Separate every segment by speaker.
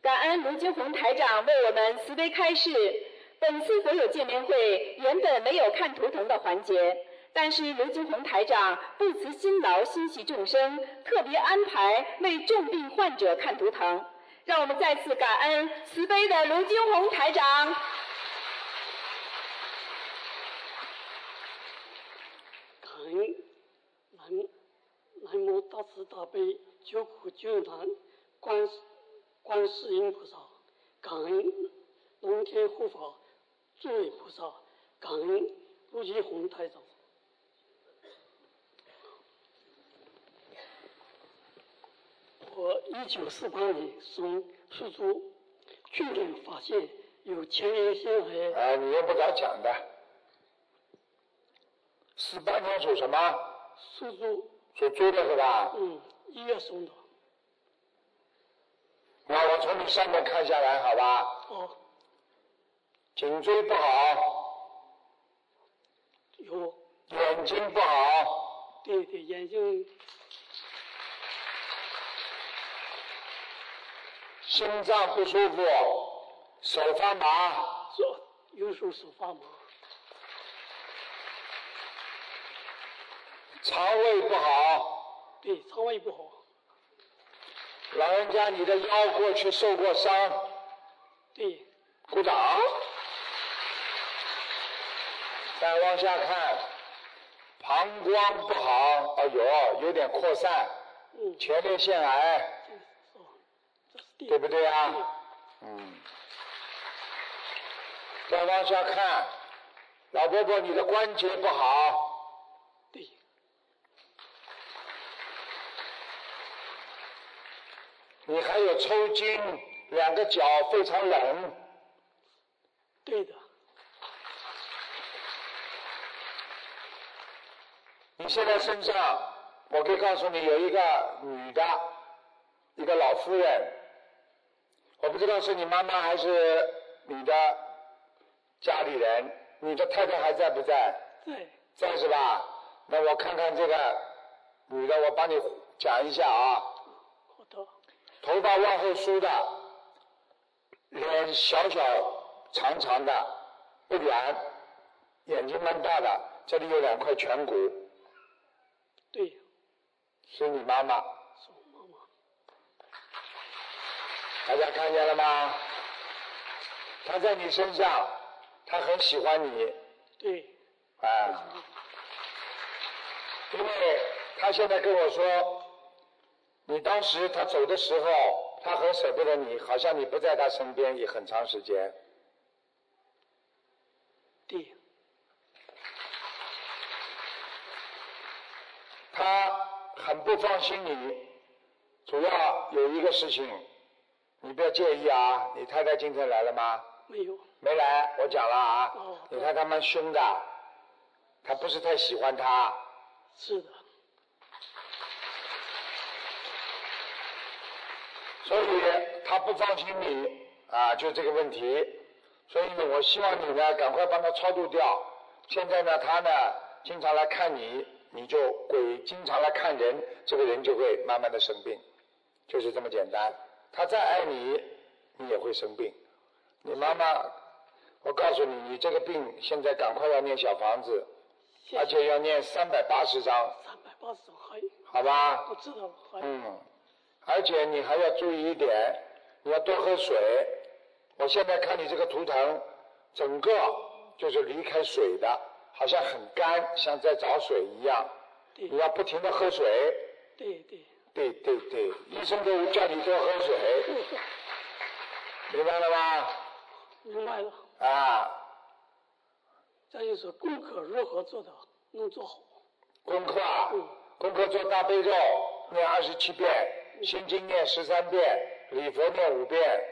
Speaker 1: 感恩卢军红台长为我们慈悲开示。本次佛友见面会原本没有看图腾的环节，但是卢军红台长不辞辛劳，心系众生，特别安排为重病患者看图腾。让我们再次感恩慈悲的卢军红台长。
Speaker 2: 感恩南南无大慈大悲救苦救难观世观世音菩萨，感恩龙天护法诸位菩萨，感恩陆继红台长。我一九四八年从苏州确诊发现有前列腺癌，
Speaker 3: 啊，你又不敢讲的。四八年属什么？
Speaker 2: 苏州
Speaker 3: 属猪的是吧？
Speaker 2: 嗯医院送的。
Speaker 3: 那我从你上面看下来，好吧？
Speaker 2: 哦，
Speaker 3: 颈椎不好，
Speaker 2: 有
Speaker 3: 眼睛不好，
Speaker 2: 对对眼睛
Speaker 3: 心脏不舒服，手发麻，
Speaker 2: 手有时候手发麻，
Speaker 3: 肠胃不好。
Speaker 2: 对肠胃不好，
Speaker 3: 老人家，你的腰过去受过伤，
Speaker 2: 对
Speaker 3: 鼓掌。再往下看，膀胱不好，哎呦，有点扩散，
Speaker 2: 嗯
Speaker 3: 前列腺癌，
Speaker 2: 这哦这是第
Speaker 3: 对不对啊？嗯。再往下看，老伯伯，你的关节不好，
Speaker 2: 对
Speaker 3: 你还有抽筋，两个脚非常冷，
Speaker 2: 对的
Speaker 3: 你现在身上，我可以告诉你，有一个女的，一个老夫人，我不知道是你妈妈还是你的家里人，你的太太还在不在？
Speaker 2: 在
Speaker 3: 在是吧？那我看看这个女的，我帮你讲一下啊，
Speaker 2: 好的
Speaker 3: 头发往后梳的，脸小小长长的，不圆，眼睛蛮大的，这里有两块颧骨，
Speaker 2: 对
Speaker 3: 是你妈妈。
Speaker 2: 是我妈妈
Speaker 3: 大家看见了吗？他在你身上，他很喜欢你，
Speaker 2: 对
Speaker 3: 啊，因为他现在跟我说，你当时他走的时候，他很舍不得你，好像你不在他身边也很长时间。
Speaker 2: 对
Speaker 3: 他很不放心你，主要有一个事情，你不要介意啊。你太太今天来了吗？
Speaker 2: 没有
Speaker 3: 没来，我讲了啊
Speaker 2: 哦。
Speaker 3: 你太太蛮凶的，他不是太喜欢他。
Speaker 2: 是的
Speaker 3: 所以他不放心你啊，就这个问题。所以呢，我希望你呢赶快帮他超度掉。现在呢，他呢经常来看你，你就鬼经常来看人，这个人就会慢慢的生病，就是这么简单。他再爱你，你也会生病。你妈妈，我告诉你，你这个病现在赶快要念小房子，
Speaker 2: 谢
Speaker 3: 而
Speaker 2: 谢
Speaker 3: 且要念三百八十张，
Speaker 2: 三百八十还
Speaker 3: 好吧？
Speaker 2: 我知道了还
Speaker 3: 嗯，而且你还要注意一点，你要多喝水。我现在看你这个图腾，整个就是离开水的，好像很干，像在找水一样。
Speaker 2: 对
Speaker 3: 你要不停的喝水。
Speaker 2: 对对
Speaker 3: 对对对，医生都叫你多喝水，明白了吗？
Speaker 2: 明白了
Speaker 3: 啊，
Speaker 2: 再就是功课如何做的能做好
Speaker 3: 功课啊
Speaker 2: 嗯，
Speaker 3: 功课做大悲咒，念二十七遍，心经念十三遍，礼佛念五遍。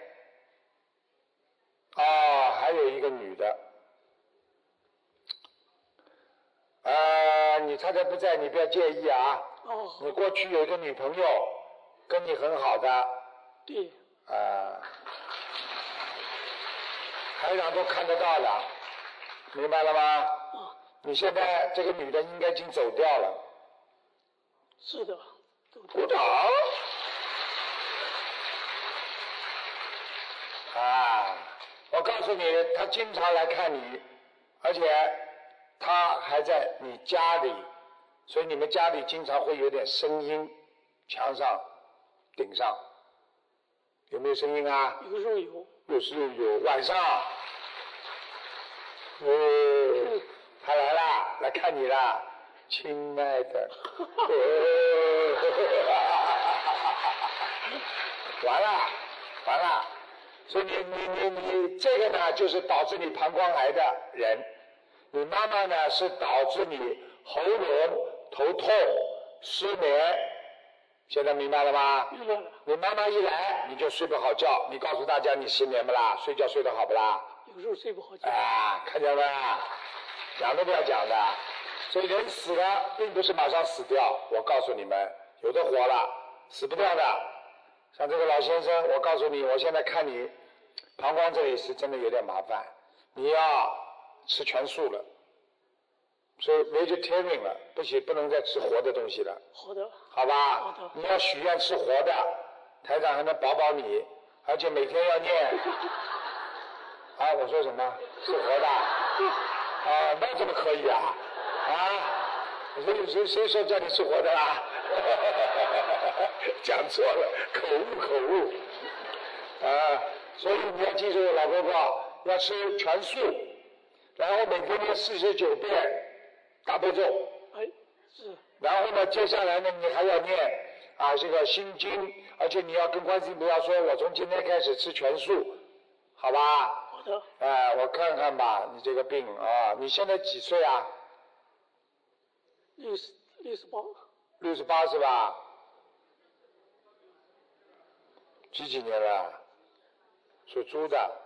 Speaker 3: 啊、还有一个女的，呃，你太太不在，你不要介意啊。
Speaker 2: 哦好
Speaker 3: 你过去有一个女朋友，跟你很好的，
Speaker 2: 对
Speaker 3: 呃，台长都看得到的，明白了吗？
Speaker 2: 啊
Speaker 3: 你现在这个女的应该已经走掉了。
Speaker 2: 是的都
Speaker 3: 鼓掌。啊，我告诉你，他经常来看你，而且他还在你家里，所以你们家里经常会有点声音，墙上、顶上有没有声音啊？
Speaker 2: 有时候有，
Speaker 3: 有时候有晚上，哦，他来啦，来看你啦，亲爱的，呃 哦，完了，完了，所以你你你你这个呢，就是导致你膀胱癌的人，你妈妈呢是导致你喉咙头痛、失眠，现在明白了吗？
Speaker 2: 明白了。
Speaker 3: 你妈妈一来你就睡不好觉，你告诉大家你失眠不啦？睡觉睡得好不啦？
Speaker 2: 有时候睡不好觉，
Speaker 3: 啊，看见没？讲都不要讲的。所以人死了并不是马上死掉，我告诉你们，有的活了，死不掉的。像这个老先生，我告诉你，我现在看你膀胱这里是真的有点麻烦，你要吃全素了，所以 vegetarian 了，不行，不能再吃活的东西了。
Speaker 2: 好的，
Speaker 3: 好吧？
Speaker 2: 好的
Speaker 3: 你要许愿吃活的，台长还能保保你，而且每天要念。 啊，我说什么？是活 的？啊，那怎么可以啊？啊？我说谁谁说叫你吃活的啦？ 讲错了，口误口误。啊，所以你要记住，老婆婆要吃全素，然后每天念四十九遍大悲咒。
Speaker 2: 哎，是
Speaker 3: 然后呢，接下来呢，你还要念啊这个心经，而且你要跟观世音菩萨说，我从今天开始吃全素，好吧？
Speaker 2: 好的，
Speaker 3: 哎，我看看吧，你这个病啊，你现在几岁啊？
Speaker 2: 六十六十八，
Speaker 3: 六十八是吧？几几年了？属猪的，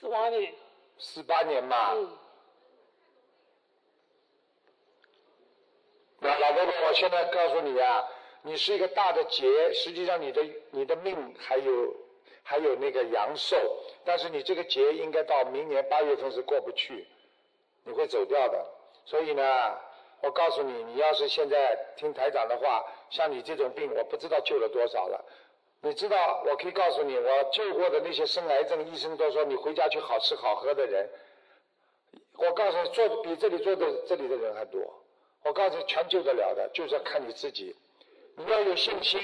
Speaker 2: 四八年，
Speaker 3: 四八年嘛。
Speaker 2: 嗯，
Speaker 3: 那老婆婆，我现在告诉你啊，你是一个大的劫，实际上你的你的命还有还有那个阳寿，但是你这个劫应该到明年八月份是过不去，你会走掉的。所以呢，我告诉你，你要是现在听台长的话，像你这种病，我不知道救了多少了。你知道，我可以告诉你，我救过的那些生癌症医生都说，你回家去好吃好喝的人，我告诉你，做比这里做的这里的人还多。我告诉你，全救得了的，就是要看你自己。你要有信心，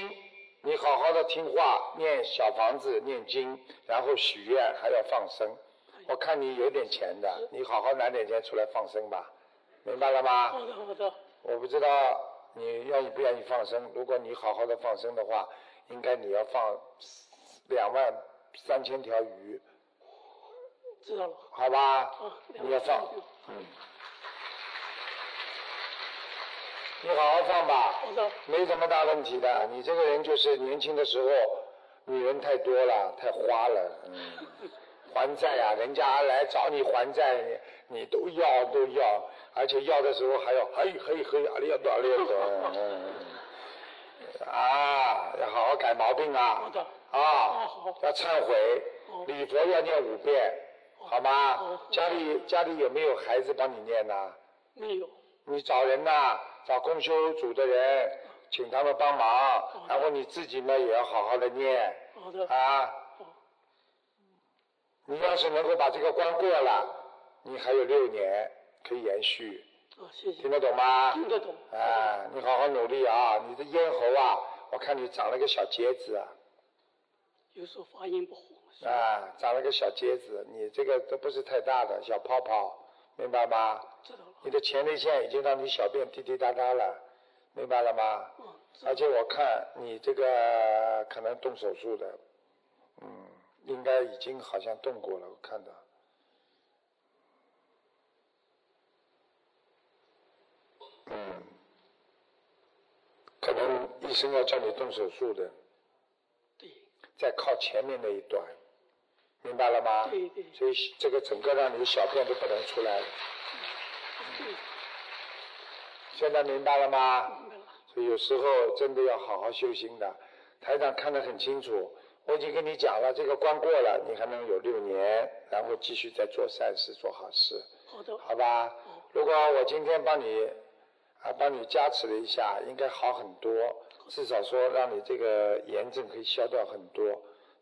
Speaker 3: 你好好的听话，念小房子，念经，然后许愿，还要放生。我看你有点钱的，你好好拿点钱出来放生吧，明白了吗？
Speaker 2: 好的好的，
Speaker 3: 我不知道你愿意不愿意放生。如果你好好的放生的话，应该你要放两万三千条鱼，
Speaker 2: 知道了，
Speaker 3: 好吧
Speaker 2: 啊，？两
Speaker 3: 你要放，你好好放吧。
Speaker 2: 好的，
Speaker 3: 没什么大问题的。你这个人就是年轻的时候，女人太多了，太花了，嗯， 还债啊，人家来找你还债，你你都要都要，而且要的时候还要嘿嘿嘿，啊阿里阿多阿里阿多，嗯嗯，嗯啊，要好好改毛病啊，
Speaker 2: 好的
Speaker 3: 啊
Speaker 2: 好，
Speaker 3: 要忏悔
Speaker 2: 好，
Speaker 3: 礼佛要念五遍，好吗
Speaker 2: 好？
Speaker 3: 家里家里有没有孩子帮你念啊呢、
Speaker 2: 没有，
Speaker 3: 你找人呐、找公修组的人，请他们帮忙，然后你自己呢也要好好的念
Speaker 2: 好的，
Speaker 3: 啊。你要是能够把这个关过了，你还有六年可以延续，
Speaker 2: 啊，谢
Speaker 3: 听
Speaker 2: 谢，
Speaker 3: 得懂吗？
Speaker 2: 听得懂，
Speaker 3: 啊，你好好努力啊！你的咽喉啊，我看你长了个小结子啊，
Speaker 2: 有时候发音不好，是吧
Speaker 3: 啊，长了个小结子，你这个都不是太大的小泡泡，明白吗？
Speaker 2: 知道了，
Speaker 3: 你的前列腺已经让你小便滴滴答答了，明白了吗？
Speaker 2: 嗯，知道
Speaker 3: 而
Speaker 2: 了，
Speaker 3: 且我看你这个可能动手术的，嗯，应该已经好像动过了，我看到。嗯，可能医生要叫你动手术的，
Speaker 2: 对，
Speaker 3: 在靠前面那一段，明白了吗？
Speaker 2: 对对
Speaker 3: 所以这个整个让你小便都不能出来了，
Speaker 2: 嗯对，
Speaker 3: 现在明白了吗？
Speaker 2: 明白了，
Speaker 3: 所以有时候真的要好好修心的。台长看得很清楚，我已经跟你讲了，这个关过了，你还能有六年，然后继续再做善事、做好事，
Speaker 2: 好的，
Speaker 3: 好吧？如果我今天帮你啊帮你加持了一下，应该好很多，至少说让你这个炎症可以消掉很多。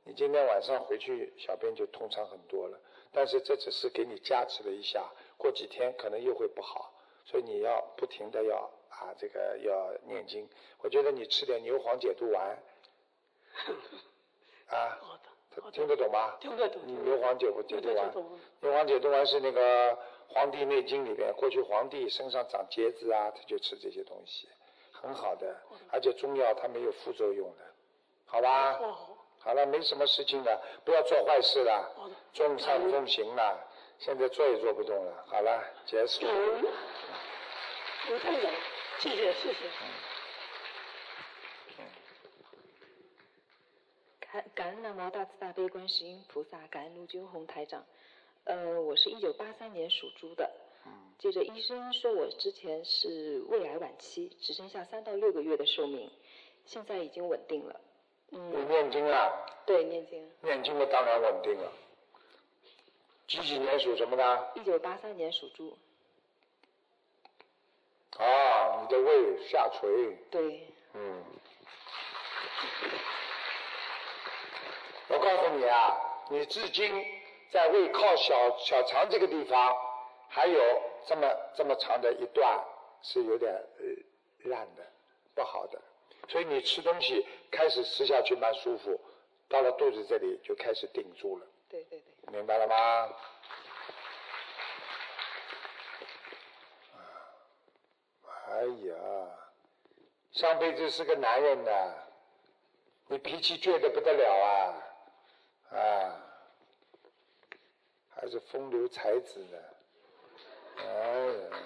Speaker 3: 你今天晚上回去，小便就通畅很多了。但是这只是给你加持了一下，过几天可能又会不好，所以你要不停的要啊，这个要念经。我觉得你吃点牛黄解毒 丸，啊，
Speaker 2: 好的，好的，
Speaker 3: 听得懂吗？
Speaker 2: 听得懂，
Speaker 3: 你牛黄解不解
Speaker 2: 听
Speaker 3: 毒
Speaker 2: 得
Speaker 3: 丸？
Speaker 2: 懂，
Speaker 3: 牛黄解毒丸是那个《黄帝内经》里边，过去皇帝身上长疖子啊，他就吃这些东西，很好的，
Speaker 4: 嗯
Speaker 3: 而且中药它没有副作用的，好吧？
Speaker 2: 哦，
Speaker 3: 好了，没什么事情了，不要做坏事了
Speaker 2: 好的，
Speaker 3: 众善奉行了，现在做也做不动了，好了，结束
Speaker 2: 感。
Speaker 4: 嗯
Speaker 2: 恩卢台长，谢谢谢谢，
Speaker 4: 感感恩南无大慈大悲观世音菩萨，感恩卢军红台长。呃，我是一九八三年属猪的。这个医生说我之前是胃癌晚期，只剩下三到六个月的寿命，现在已经稳定了。
Speaker 3: 你
Speaker 4: 嗯，
Speaker 3: 念经了，
Speaker 4: 对，念经。
Speaker 3: 念经了当然稳定了。几几年属什么呢？
Speaker 4: 一九八三年属猪，
Speaker 3: 啊，你的胃下垂，
Speaker 4: 对，
Speaker 3: 嗯。我告诉你啊，你至今在胃靠小小肠这个地方，还有这么这么长的一段是有点呃烂的，不好的。所以你吃东西开始吃下去蛮舒服，到了肚子这里就开始定住了，
Speaker 4: 对对对，
Speaker 3: 明白了吗？啊哎呀，上辈子是个男人呐、你脾气倔得不得了啊，啊，还是风流才子呢，哎呀，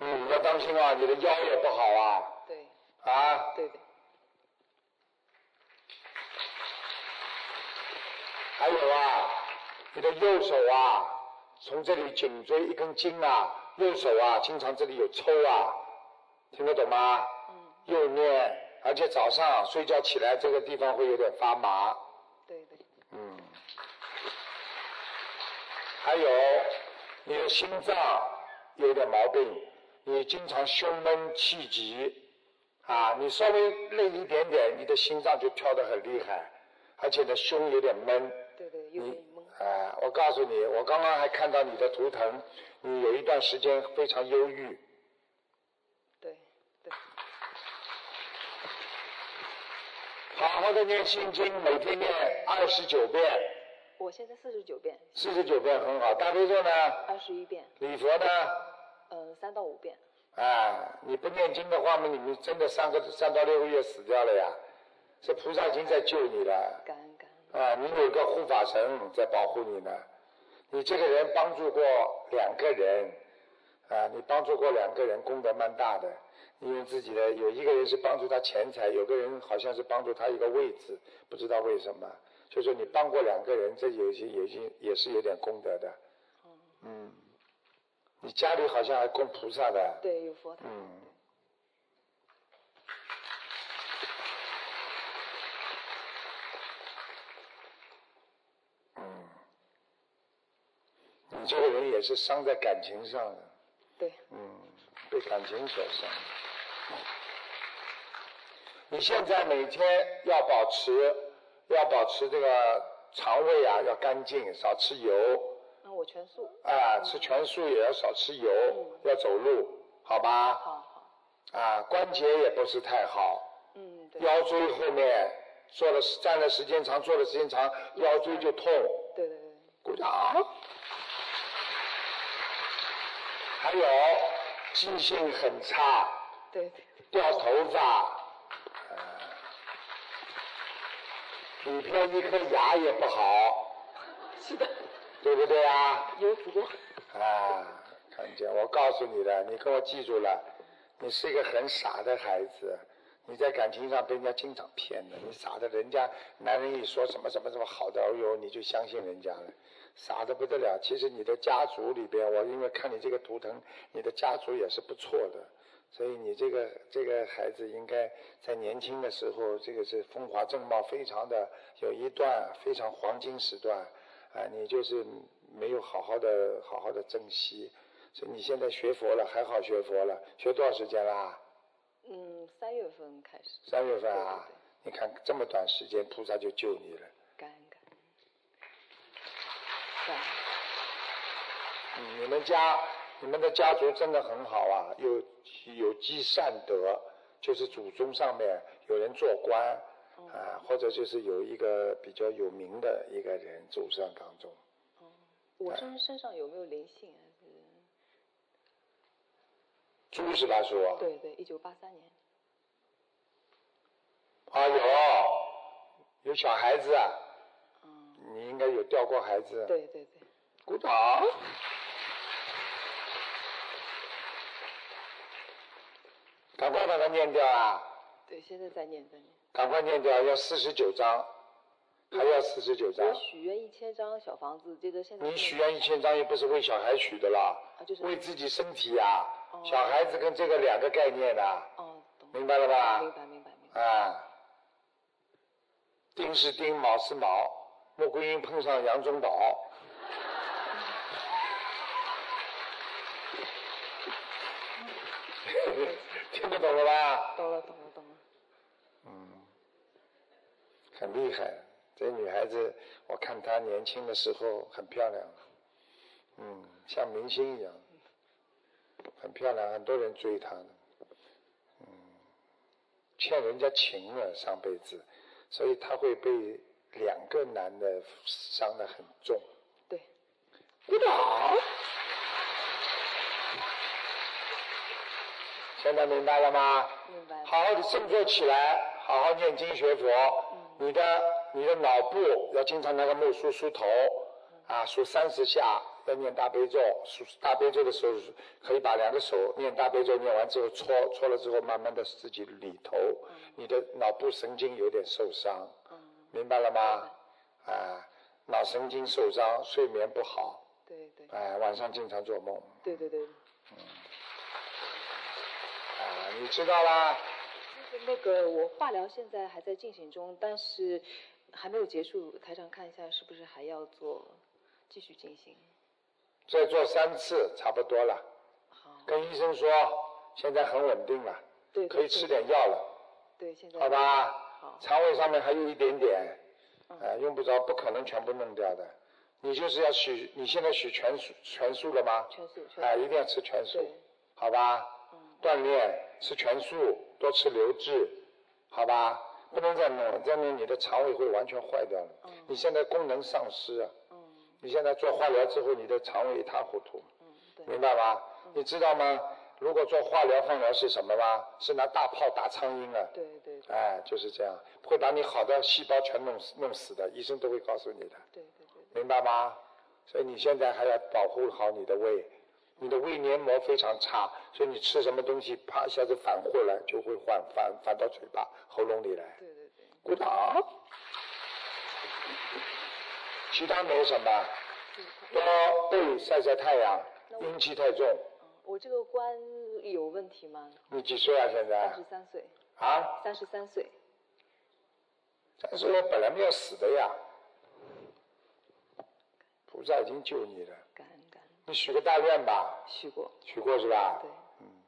Speaker 3: 嗯，要当心啊，你的腰也不好啊，
Speaker 4: 对
Speaker 3: 啊，
Speaker 4: 对对，
Speaker 3: 还有啊，你的右手啊，从这里颈椎一根筋啊，右手啊，经常这里有抽啊，听得懂吗？
Speaker 4: 嗯，
Speaker 3: 右面，而且早上睡觉起来这个地方会有点发麻，
Speaker 4: 对对，
Speaker 3: 嗯。还有，你的心脏有点毛病，你经常胸闷气急，啊，你稍微累一点点，你的心脏就跳得很厉害，而且呢胸有点闷，
Speaker 4: 对对，
Speaker 3: 你
Speaker 4: 有点懵。
Speaker 3: 哎、我告诉你，我刚刚还看到你的图腾，你有一段时间非常忧郁，
Speaker 4: 对对
Speaker 3: 好好的念心经，每天念二十九遍，
Speaker 4: 我现在四十九遍，
Speaker 3: 四十九遍很好。大悲咒呢，
Speaker 4: 二十一遍，
Speaker 3: 礼佛呢，
Speaker 4: 呃，三到五遍。
Speaker 3: 啊，你不念经的话嘛，你们真的三个三到六个月死掉了呀。这菩萨已经在救你了，
Speaker 4: 感恩感恩，
Speaker 3: 啊，你有个护法神在保护你呢。你这个人帮助过两个人，啊，你帮助过两个人，功德蛮大的。因为自己的有一个人是帮助他钱财，有个人好像是帮助他一个位置，不知道为什么。所以说你帮过两个人，这有一些有一些也是有点功德的。嗯，你家里好像还供菩萨的。
Speaker 4: 对，有佛台。
Speaker 3: 嗯，嗯，你这个人也是伤在感情上的，
Speaker 4: 对，
Speaker 3: 嗯，被感情所伤。你现在每天要保持，要保持这个肠胃啊，要干净，少吃油，
Speaker 4: 那我全素。
Speaker 3: 啊，吃全素也要少吃油，要走路，好吧？
Speaker 4: 嗯好好，
Speaker 3: 啊，关节也不是太好，
Speaker 4: 嗯，对，
Speaker 3: 腰椎后面坐了站的时间长，坐的时间长，腰椎就痛。
Speaker 4: 对对对，
Speaker 3: 鼓掌。还有记性很差，
Speaker 4: 对对
Speaker 3: 掉头发，呃，里边一颗牙也不好，
Speaker 4: 是的，
Speaker 3: 对不对啊？
Speaker 4: 有补过。
Speaker 3: 啊，看见，我告诉你了，你跟我记住了，你是一个很傻的孩子，你在感情上被人家经常骗的，你傻的，人家男人一说什么什么什么好的，哎呦，你就相信人家了，傻的不得了。其实你的家族里边，我因为看你这个图腾，你的家族也是不错的。所以你这个这个孩子应该在年轻的时候，这个是风华正茂，非常的有一段非常黄金时段，啊，你就是没有好好的好好的珍惜，所以你现在学佛了，还好学佛了，学多少时间啦？
Speaker 4: 嗯，三月份开始。
Speaker 3: 三月份啊你
Speaker 4: 对对对，
Speaker 3: 看这么短时间，菩萨就救你了。
Speaker 4: 感恩感恩。感恩
Speaker 3: 嗯你们家，你们的家族真的很好啊，有有积善德，就是祖宗上面有人做官
Speaker 4: 哦
Speaker 3: 啊，或者就是有一个比较有名的一个人祖上当中，
Speaker 4: 我身身上有没有灵性啊？嗯
Speaker 3: 猪是吧，叔？
Speaker 4: 对对，一九八三年。
Speaker 3: 啊，有有小孩子啊，
Speaker 4: 嗯，
Speaker 3: 你应该有掉过孩子。啊
Speaker 4: 对对对，
Speaker 3: 鼓掌。赶快把它念掉啊！
Speaker 4: 对，现在在念在念。
Speaker 3: 赶快念掉，要四十九章，还要四十九章
Speaker 4: 我。许愿一千张小房子，接着现
Speaker 3: 啊
Speaker 4: 在
Speaker 3: 你
Speaker 4: 念
Speaker 3: 许愿一千张又不是为小孩许的啦，
Speaker 4: 啊，就是
Speaker 3: 为自己身体呀、
Speaker 4: 哦
Speaker 3: 小孩子跟这个两个概念呐、
Speaker 4: 哦，懂了，
Speaker 3: 明白了
Speaker 4: 明
Speaker 3: 吧？
Speaker 4: 白明白明白。
Speaker 3: 啊，丁是丁，卯是卯，穆桂英碰上杨宗保， 听得懂了吧？
Speaker 4: 懂了懂了懂了。
Speaker 3: 很厉害，这女孩子，我看她年轻的时候很漂亮，嗯，像明星一样，很漂亮，很多人追她的，嗯，欠人家情了上辈子，所以她会被两个男的伤得很重。
Speaker 4: 对，
Speaker 3: 鼓掌。现在明白了吗？
Speaker 4: 明白了
Speaker 3: 好好的振作起来，好好念经学佛。你的你的脑部要经常拿个木梳梳头，啊，数三十下，要念大悲咒。数大悲咒的时候，可以把两个手念大悲咒，念完之后搓搓了之后，慢慢的自己理头，你的脑部神经有点受伤，
Speaker 4: 嗯，
Speaker 3: 明白了吗？啊，脑神经受伤，睡眠不好，
Speaker 4: 对对
Speaker 3: 哎，晚上经常做梦。
Speaker 4: 对对对。
Speaker 3: 啊，你知道啦，
Speaker 4: 就是那个我化疗现在还在进行中，但是还没有结束。台长看一下是不是还要做继续进行？
Speaker 3: 再做三次差不多了。
Speaker 4: 好，
Speaker 3: 跟医生说，现在很稳定了，
Speaker 4: 对，
Speaker 3: 可以
Speaker 4: 对
Speaker 3: 吃。点药了，
Speaker 4: 对，现在
Speaker 3: 好吧？
Speaker 4: 好，嗯
Speaker 3: 肠胃上面还有一点点，啊，用不着，不可能全部弄掉的。你就是要许，你现在许全素全素了吗？
Speaker 4: 全素全
Speaker 3: 啊，
Speaker 4: 素。
Speaker 3: 一定要吃全素
Speaker 4: 对，
Speaker 3: 好吧？
Speaker 4: 嗯
Speaker 3: 锻炼吃全素，多吃流质，好吧？不能再弄了，再弄你的肠胃会完全坏掉了。你现在功能丧失啊。
Speaker 4: 嗯
Speaker 3: 你现在做化疗之后，你的肠胃一塌糊涂，
Speaker 4: 嗯，对。嗯
Speaker 3: 明白吗？你知道吗？如果做化疗放疗是什么吗？是拿大炮打苍蝇啊！
Speaker 4: 对对对
Speaker 3: 哎，就是这样，会把你好的细胞全弄死弄死的，医生都会告诉你的，
Speaker 4: 对对对，
Speaker 3: 明白吗？所以你现在还要保护好你的胃，你的胃黏膜非常差，所以你吃什么东西，啪一下子反过来就会反反反到嘴巴、喉咙里来。
Speaker 4: 对对对，
Speaker 3: 鼓掌。其他没什么，多背晒晒太阳，阴气太重。
Speaker 4: 嗯，我这个关有问题吗？
Speaker 3: 你几岁啊？现在
Speaker 4: 三十三岁，
Speaker 3: 啊？
Speaker 4: 三十三岁，
Speaker 3: 三十岁本来没有死的呀，菩萨已经救你了。
Speaker 4: 感恩感恩，
Speaker 3: 你许个大愿吧，
Speaker 4: 许过，
Speaker 3: 许过是吧？嗯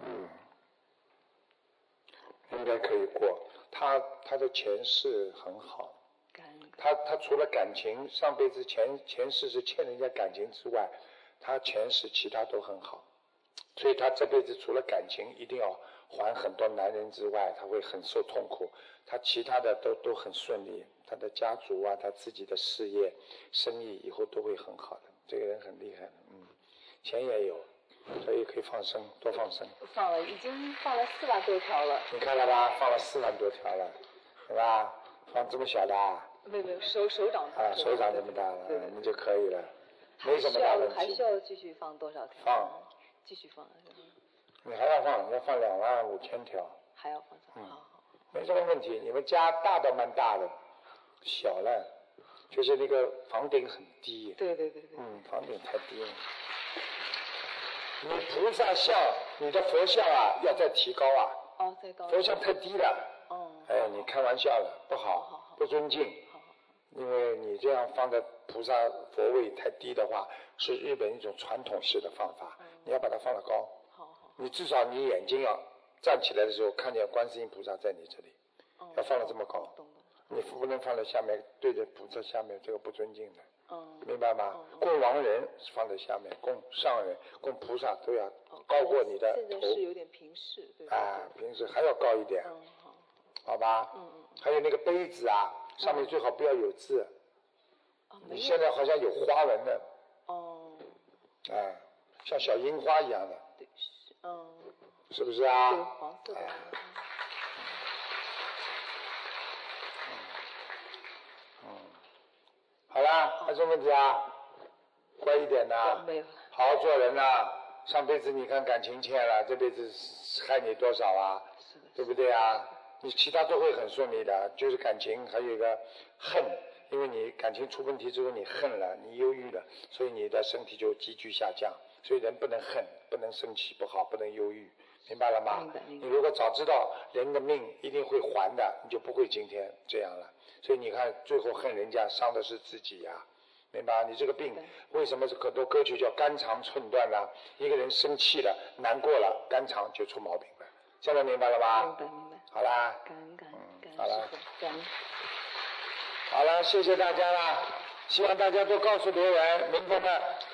Speaker 4: 对，
Speaker 3: 嗯应该可以过。他他的前世很好，
Speaker 4: 感恩感
Speaker 3: 他他除了感情，上辈子前前世是欠人家感情之外，他前世其他都很好，所以他这辈子除了感情一定要还很多男人之外，他会很受痛苦。他其他的都都很顺利，他的家族啊，他自己的事业、生意以后都会很好的。这个人很厉害的，嗯，钱也有，所以可以放生，多放生。
Speaker 4: 恩，放了已经放了四万多条了，
Speaker 3: 你看了吧，放了四万多条了，对吧？放这么小的啊，
Speaker 4: 没有没有，手手掌大
Speaker 3: 啊，
Speaker 4: 小
Speaker 3: 手掌这么大了，
Speaker 4: 对
Speaker 3: 啊
Speaker 4: 对对
Speaker 3: 那就可以了，没什么大问
Speaker 4: 还需要
Speaker 3: 题
Speaker 4: 还需。要继续放多少条？
Speaker 3: 放，
Speaker 4: 继续放，嗯
Speaker 3: 你还要放，要放两万五千条，
Speaker 4: 还要放
Speaker 3: 嗯
Speaker 4: 上。好好，
Speaker 3: 没什么问题。你们家大倒蛮大的，小了，就是那个房顶很低，
Speaker 4: 对对对对，
Speaker 3: 嗯，房顶太低了。你菩萨像，你的佛像啊，要再提高啊，
Speaker 4: 哦，再高一
Speaker 3: 佛
Speaker 4: 点，
Speaker 3: 像太低了。
Speaker 4: 哦，
Speaker 3: 哎，你开玩笑了，不好，不尊敬。因为你
Speaker 4: 嗯
Speaker 3: 这样放在菩萨佛位太低的话，是日本一种传统式的方法，你要把它放得高。
Speaker 4: 好好，
Speaker 3: 你至少你眼睛要站起来的时候看见观世音菩萨在你这里，
Speaker 4: 哦，
Speaker 3: 要放得这么高，
Speaker 4: 懂了，
Speaker 3: 你不能放在下面对着菩萨下面，这个不尊敬的，
Speaker 4: 嗯，
Speaker 3: 明白吗
Speaker 4: 嗯？
Speaker 3: 供亡人是放在下面，供上人、供菩萨都要
Speaker 4: 哦
Speaker 3: 高过你的
Speaker 4: 现在是
Speaker 3: 头
Speaker 4: 有点平视，对吧？
Speaker 3: 啊，平时还要高一点，
Speaker 4: 嗯，好，
Speaker 3: 好吧？
Speaker 4: 嗯嗯
Speaker 3: 还有那个杯子啊，上面最好不要有字，
Speaker 4: 嗯，啊，
Speaker 3: 你
Speaker 4: 没
Speaker 3: 现
Speaker 4: 有，
Speaker 3: 在好像有花纹的，
Speaker 4: 哦，
Speaker 3: 啊，像小樱花一样的，
Speaker 4: 对，是，嗯，
Speaker 3: 是不是
Speaker 4: 对，
Speaker 3: 啊？
Speaker 4: 黄色的，
Speaker 3: 好啦，还有什么问题啊？乖一点呐、啊
Speaker 4: 嗯没有了，
Speaker 3: 好好做人呐、上辈子你看感情欠了，这辈子害你多少啊？
Speaker 4: 是的，
Speaker 3: 对不对啊？你其他都会很顺利的，就是感情还有一个恨，因为你感情出问题之后，你恨了，你忧郁了，所以你的身体就急剧下降。所以人不能恨，不能生气，不好，不能忧郁，明白了吗？
Speaker 4: 明白明白
Speaker 3: 你如果早知道人的命一定会还的，你就不会今天这样了。所以你看，最后恨人家，伤的是自己呀、明白？你这个病为什么很多歌曲叫肝肠寸断呢？一个人生气了、难过了，肝肠就出毛病了。现在明白了吧？
Speaker 4: 明白明白，
Speaker 3: 好啦，
Speaker 4: 感恩感恩感
Speaker 3: 啊嗯好了
Speaker 4: 恩师傅，感恩，
Speaker 3: 好了，谢谢大家啦！希望大家都告诉别人，明天呢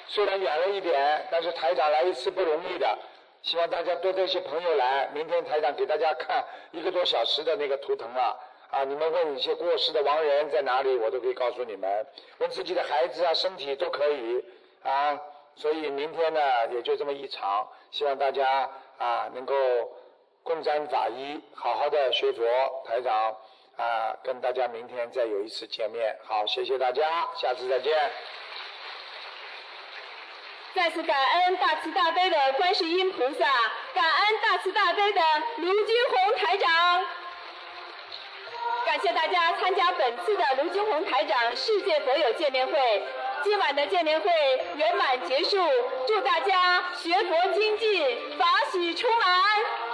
Speaker 3: 虽然远了一点，但是台长来一次不容易的，希望大家多带一些朋友来。明天台长给大家看一个多小时的那个图腾啊。啊！你们问一些过世的亡人在哪里，我都可以告诉你们。问自己的孩子啊、身体都可以啊。所以明天呢，也就这么一场，希望大家啊能够共沾法医，好好的学佛。台长啊，跟大家明天再有一次见面。好，谢谢大家，下次再见。
Speaker 1: 再次感恩大慈大悲的观世音菩萨，感恩大慈大悲的卢军红台长。感谢大家参加本次的卢军红台长世界佛友见面会。今晚的见面会圆满结束，祝大家学佛精进，法喜充满。